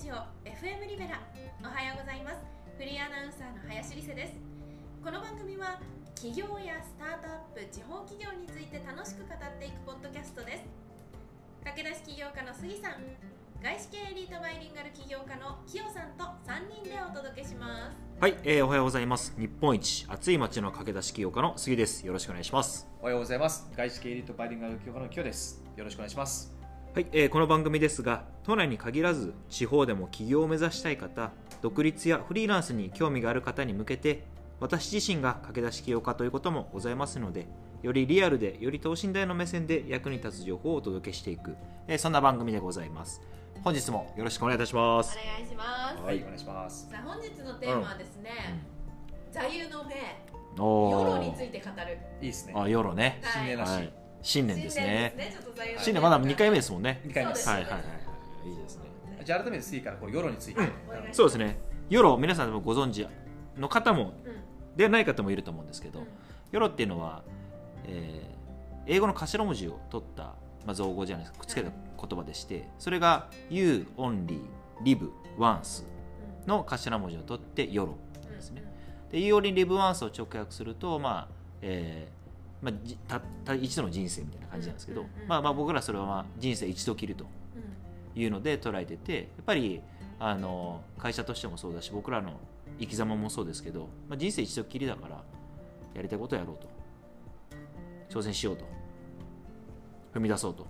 ジオ FM リベラおはようございますフリーアナウンサーの林理瀬ですこの番組は企業やスタートアップ地方企業について楽しく語っていくポッドキャストです駆け出し起業家の杉さん外資系エリートバイリンガル起業家のキヨさんと3人でお届けしますはい、えー、おはようございます。日本一暑い街の駆け出し企業家の杉です。よろしくお願いします。おはようございます。外資系エリートバイリンガル教科のキョです。よろしくお願いします。はい、えーこの番組ですが、都内に限らず地方でも起業を目指したい方、独立やフリーランスに興味がある方に向けて、私自身が駆け出し企業家ということもございますので、よりリアルで、より等身大の目線で役に立つ情報をお届けしていく、えーそんな番組でございます。本日もよろしくお願いいたします。お願いしますはい、お願いします。さあ本日のテーマはですね、座右の銘世お論につーいて語るいいですね。あ、世論ね。新年らし。はいい、新年ですね。新年ですねちょっと座右の銘新年まだ2回目ですもんね。二回目です。そうはいではいはいはい、いいですね。じゃあ改めて次からこう世論について。お願いしそうですね。ヨロ皆さんもご存知の方もうんでない方もいると思うんですけうど、んヨロっていうのは、えー英語の頭文字を取った、まあ、造語じゃないですかくっつけた言葉でして、それが You Only Live Once の頭文字を取ってヨロうんですねで You Only Live Once を直訳するとまあ、えーまあ、じたった一度の人生みたいな感じなんですけど、うんうんうんまあ、まあ僕らそれはまあ人生一度きりとうんいうので捉えててやっぱりあの会社としてもそうだし僕らの生き様もそうですけど、まあ、人生一度きりだからやりたいことをやろうと挑戦しようと踏み出そうと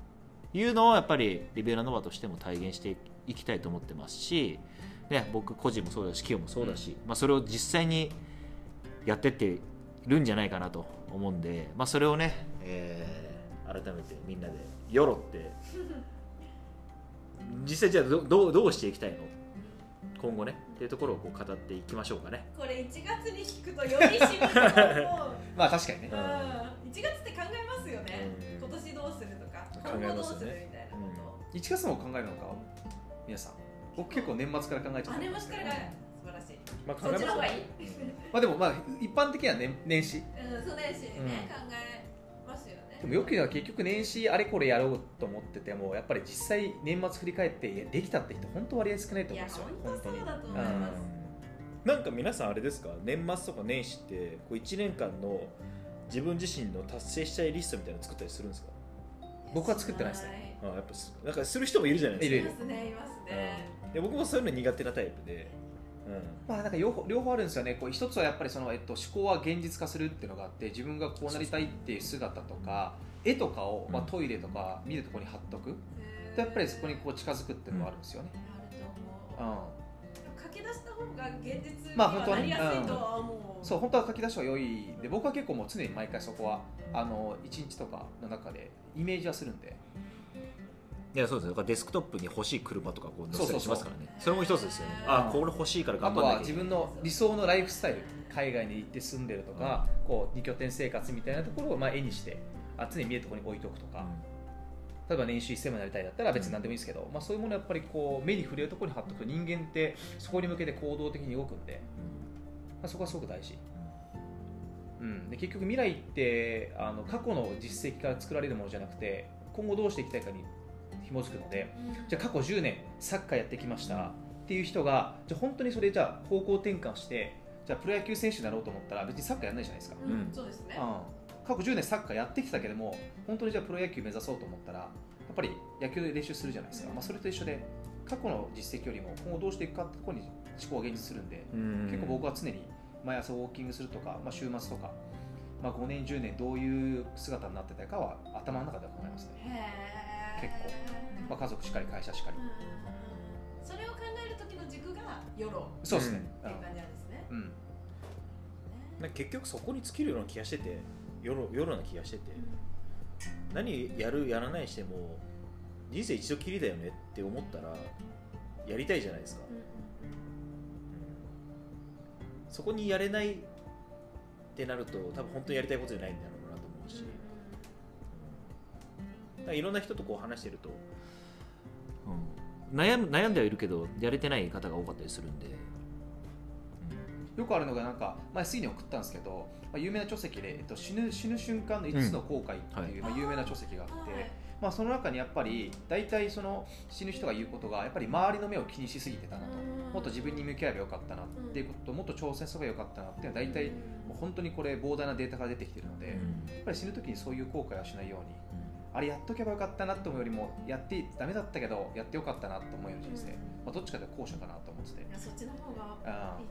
いうのをやっぱりリベラノバとしても体現していきたいと思ってますし、ね、僕個人もそうだし企業もそうだし、まあ、それを実際にやってってるんじゃないかなと思うんで、まあ、それをね、えー改めてみんなで「よろ」 って実際じゃあどどうどうしていきたいの今後ねっていうところをこう語っていきましょうかねこれ1月に聞くとよりしみると 思うまあ確かにねうん。1月って考えますよねうん今年どうするとか考今後えどまうすすよるねみたいなこ1月も考えるのか。皆さん。僕結構年末から考えちとゃあう。れもしっかりが素晴らしいまあそっちの方がいいまあでもまあ一般的には年年始。うんそうだしねうん考えますよねでもよく言うのは結局年始あれこれやろうと思っててもやっぱり実際年末振り返っていやできたって人本当割合少ないとい思うやんですよ。本当そうだと思いますなんか皆さんあれですか年末とか年始ってこう1年間の自分自身の達成したいリストみたいなの作ったりするんですか僕は作ってないですねあやっぱすなんかする人もいるじゃないですかいいるますねいますねうんで僕もそういうの苦手なタイプで、うんまあ、なんか両方両方あるんですよね、こう一つはやっぱりその、えっと、思考は現実化するっていうのがあって、自分がこうなりたいっていう姿とか、絵とかを、まあ、うんトイレとか見るところに貼っとく、うんでやっぱりそこにこう近づくっていうのはあるんですよね。あると思ううん駆け出した方が現実にまあ本当ははなねりやすいとは思う。そう本当は書き出しは良いで僕は結構もう常に毎回そこはあの1日とかの中でイメージはするんでいやそうですよだからデスクトップに欲しい車とかこう載せたりしますからねそそうそうそうれも一つですよねあこれ欲しいからあ頑と張んなきゃはいけ自ない分の理想のライフスタイル海外に行って住んでるとか、こう2拠点生活みたいなところをまあ絵にしてあ常に見えるところに置いとくとか、例えば年収1000万になりたいだったら別に何でもいいですけど、まあ、そういうものをやっぱりこう目に触れるところに貼っとくと人間ってそこに向けて行動的に動くんで、まあ、そこはすごく大事、うん、で結局未来ってあの過去の実績から作られるものじゃなくて今後どうしていきたいかに紐づくのでうんじゃあ過去10年サッカーやってきましたっていう人がじゃあ本当にそれじゃあ方向転換してじゃあプロ野球選手になろうと思ったら別にサッカーやらないじゃないですか、ううんんそうですね。うん、過去10年サッカーやってきたけども本当にじゃあプロ野球目指そうと思ったらやっぱり野球で練習するじゃないですか、まあ、それと一緒で過去の実績よりも今後どうしていくかってところに思考を現実するんで、うん結構僕は常に毎朝ウォーキングするとか、まあ、週末とか、まあ、5年10年どういう姿になってたかは頭の中では考えますね、へー結まあ、家族しかり会社しかりうんうんうんそれを考える時の軸が世論そうですね、っていう感じなんですね。うんうんねなんか結局そこに尽きるような気がしてて夜夜な気がしててう何やるやらないしても人生一度きりだよねって思ったらやりたいじゃないですか、んうんそこにやれないってなると多分本当にやりたいことじゃないんだろうなと思うし、だからいろんな人とこう話してると、悩んではいるけどやれてない方が多かったりするんで、よくあるのがなんか前水に送ったんですけど、まあ、有名な著籍で、えっと、死ぬ死ぬ瞬間の5つの後悔っていう、うんまあ、有名な著籍があって、はいまあ、その中にやっぱり大体その死ぬ人が言うことがやっぱり周りの目を気にしすぎてたなとうんもっと自分に向き合えばよかったなっていうことともっと挑戦すればよかったなっていうのは大体もう本当にこれ膨大なデータが出てきてるので、うやっんぱり死ぬ時にそういう後悔はしないようにあれやっとけばよかったなと思うよりもやってダメだったけどやってよかったなと思うような人生、まあ、どっちかというと後者かなと思っててい。やそっちの方があーい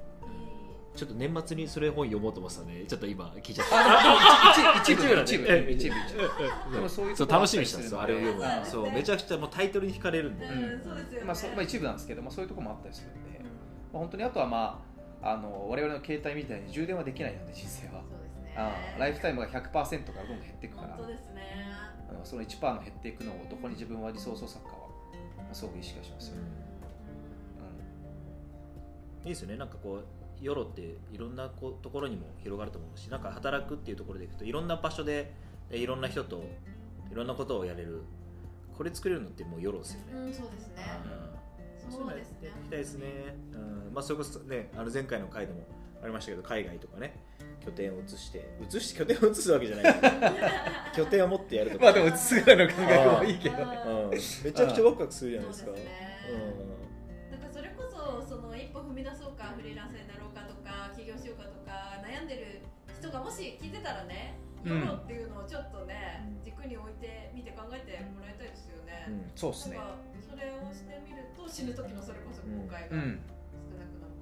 ちょっと年末にそれ本読もうと思ってたねちょっと今聞いちゃったあでも一部一だ部ね一部一部一部うんでもそういうそうところ楽しみにしたんですよあれを読むはのいそうめちゃくちゃもうタイトルに惹かれるんでいうんうんそうですよねまあそうまあ、一部なんですけど、まあ、そういうところもあったりするんで、まあ、本当にあとは、まあ、あの我々の携帯みたいに充電はできないので人生はそうですねああライフタイムが100%からどんどん減っていくから本当ですねあのその1%の減っていくのをどこに自分はリソースを割くかはまあすごく意識はしますよ、ううんんいいですよねなんかこうヨロっていろんなこところにも広がると思うしなんか働くっていうところでいくといろんな場所でえいろんな人といろんなことをやれるこれ作れるのってもうヨロですよね、うんうんそうですねうんそうですいねのやっていきたいです ね、うんまあ、それこそねあの前回の回でもありましたけど海外とかね拠点を移して移して拠点を移すわけじゃないけど拠点を持ってやるとか、まあでも移すぐらいの感覚もいいけどねあうーん、めちゃくちゃワクワクするじゃないですかそうですねなんかそれこそその一歩踏み出そうかフリーランスになろうかとか起業しようかとか悩んでる人がもし聞いてたらねう世ん論っていうのをちょっとねうん軸に置いてみて考えてもらいたいですようん、うね、んそうですなんねかそれをしてみると死ぬ時のそれこそ後悔が少なうくんなる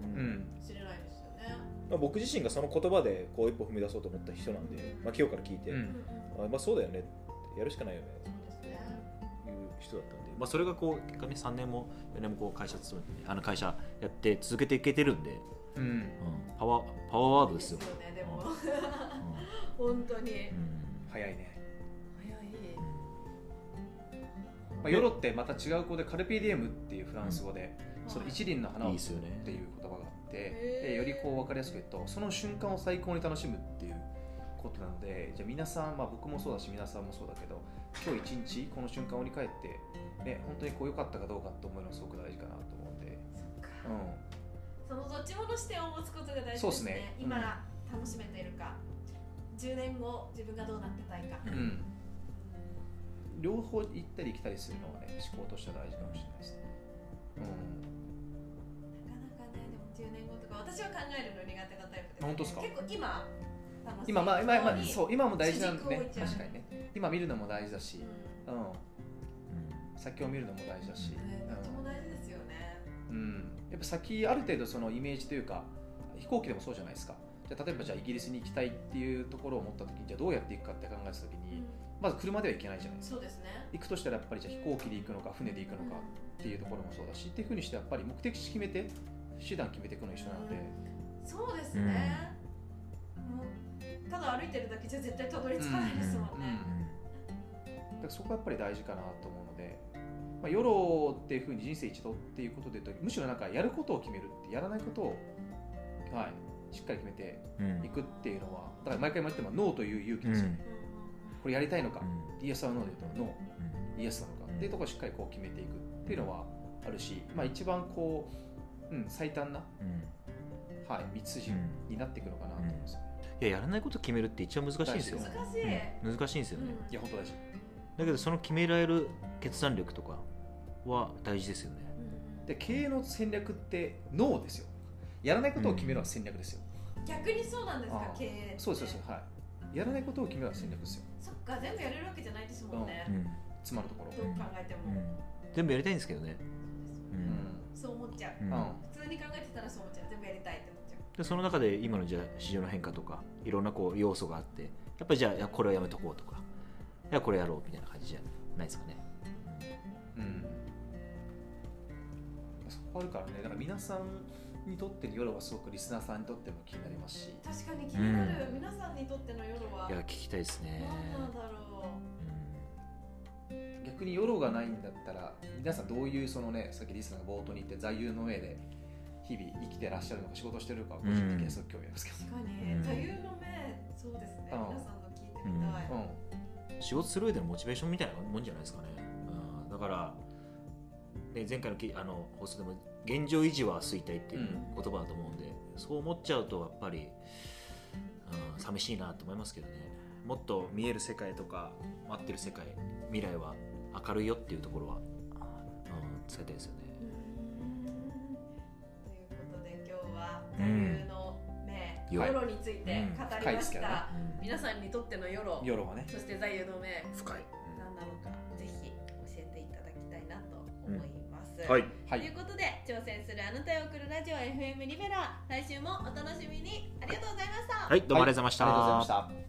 ううんんかもしれないですよね、まあ、僕自身がその言葉でこう一歩踏み出そうと思った人なんで、まあ、今日から聞いて、うんあまあ、そうだよねやるしかないよねそうですねいう人だったんで、まあ、それがこう結果ね3年も4年もこう会社勤めてね、あの会社やって続けていけてるんで、うんうん、パワーパワーワード ですよ、よねでもうん本当にうん早いね、早いまあ、ヨロってまた違う語でカルピディエムっていうフランス語で、その一輪の花いいをですよねっていう言葉があって、へーえよりこう分かりやすく言うとその瞬間を最高に楽しむっていうことなのでじゃあ皆さん、まあ、僕もそうだし皆さんもそうだけど今日一日この瞬間を振り返って、ね、本当にこう良かったかどうかって思うのがすごく大事かなと思うんで、そっかうそのどっちもの視点を持つことが大事ですねそうっすねうん今楽しめているか10年後自分がどうなってたいか、うんうん、両方行ったり来たりするのがね思考としては大事かもしれないですね。うんなかなかねでも10年後とか私は考えるの苦手なタイプです、本当っすか結構今楽しい今まあ今今う、そう今も大事なんで主軸をね置いちゃう確かにね今見るのも大事だしうん、ううんん、先を見るのも大事だし、ねうどんっちも大事ですよねうん、やっぱ先ある程度そのイメージというか飛行機でもそうじゃないですかじゃあ例えばじゃあイギリスに行きたいっていうところを思った時にじゃあどうやって行くかって考えた時にまず車では行けないじゃないですかそうですね行くとしたらやっぱりじゃあ飛行機で行くのか船で行くのかっていうところもそうだしっていうふうにしてやっぱり目的地決めて手段決めていくの一緒なのでそうですね、もうただ歩いてるだけじゃ絶対たどり着かないですもんね、だからそこがやっぱり大事かなと思うので、まあ、夜をっていうふうに人生一度っていうことで言うとむしろなんかやることを決めるってやらないことを、はい、しっかり決めてうんうん行くっていうのはだから毎回も言ってもノーという勇気うんですよ、ねこれやりたいのかう、んイエスはノーで言うとノーイエスなのか、うんっていうところをしっかりこう決めていくっていうのはあるし、まあ、一番こう、うん、最短な、うんはい、道筋になっていくのかなと思います、いややらないこと決めるって一番難しいんですよ大事難しい、うん難しいんですよね、うんいや本当大事だけどその決められる決断力とかは大事ですよねうんで経営の戦略ってノーですよやらないことを決めるのは戦略ですよ、逆にそうなんですかあー経営ってそうですそうですはいやらないことを決めるのは戦略ですよそっか全部やれるわけじゃないですもんね、うん、つまるところどう考えてうも、ん、全部やりたいんですけどね、ううんんそう思っちゃううんうん普通に考えてたらそう思っちゃう全部やりたいって思っちゃうでその中で今のじゃあ市場の変化とかいろんなこう要素があってやっぱりじゃあいやこれはやめとこうとかいやこれやろうみたいな感じじゃないですかね、うんそこあるからねだから皆さんにとっての夜はすごくリスナーさんにとっても気になりますし確かに気になる、うん皆さんにとっての夜はいや聞きたいですね、何なんだろ逆に夜がないんだったら皆さんどういうそのねさっきリスナーが冒頭に言って座右の銘で日々生きてらっしゃるのか仕事してるのかは個人的にはすごく興味ありますけう確かうにん座右の銘そうですねう皆さんんの聞いてみたい、ど、うんうん仕事する上でのモチベーションみたいなもんじゃないですかね、うん、だからね、前回のきあの放送でも現状維持は衰退っていう言葉だと思うんで、そう思っちゃうとやっぱり、うん、寂しいなと思いますけどねもっと見える世界とか待ってる世界未来は明るいよっていうところは、うん、伝えたいですよねということで今日は座右の銘、うんヨロについて語りました、うん皆さんにとっての世論世論はねそして座右の銘深い、何なのかぜひ教えていただきたいなと思います、はいはといいうことで挑戦するあなたへ送るラジオ FM リベラ来週もお楽しみにありがとうございましたはいどうもありがとうございました、ありがとうございました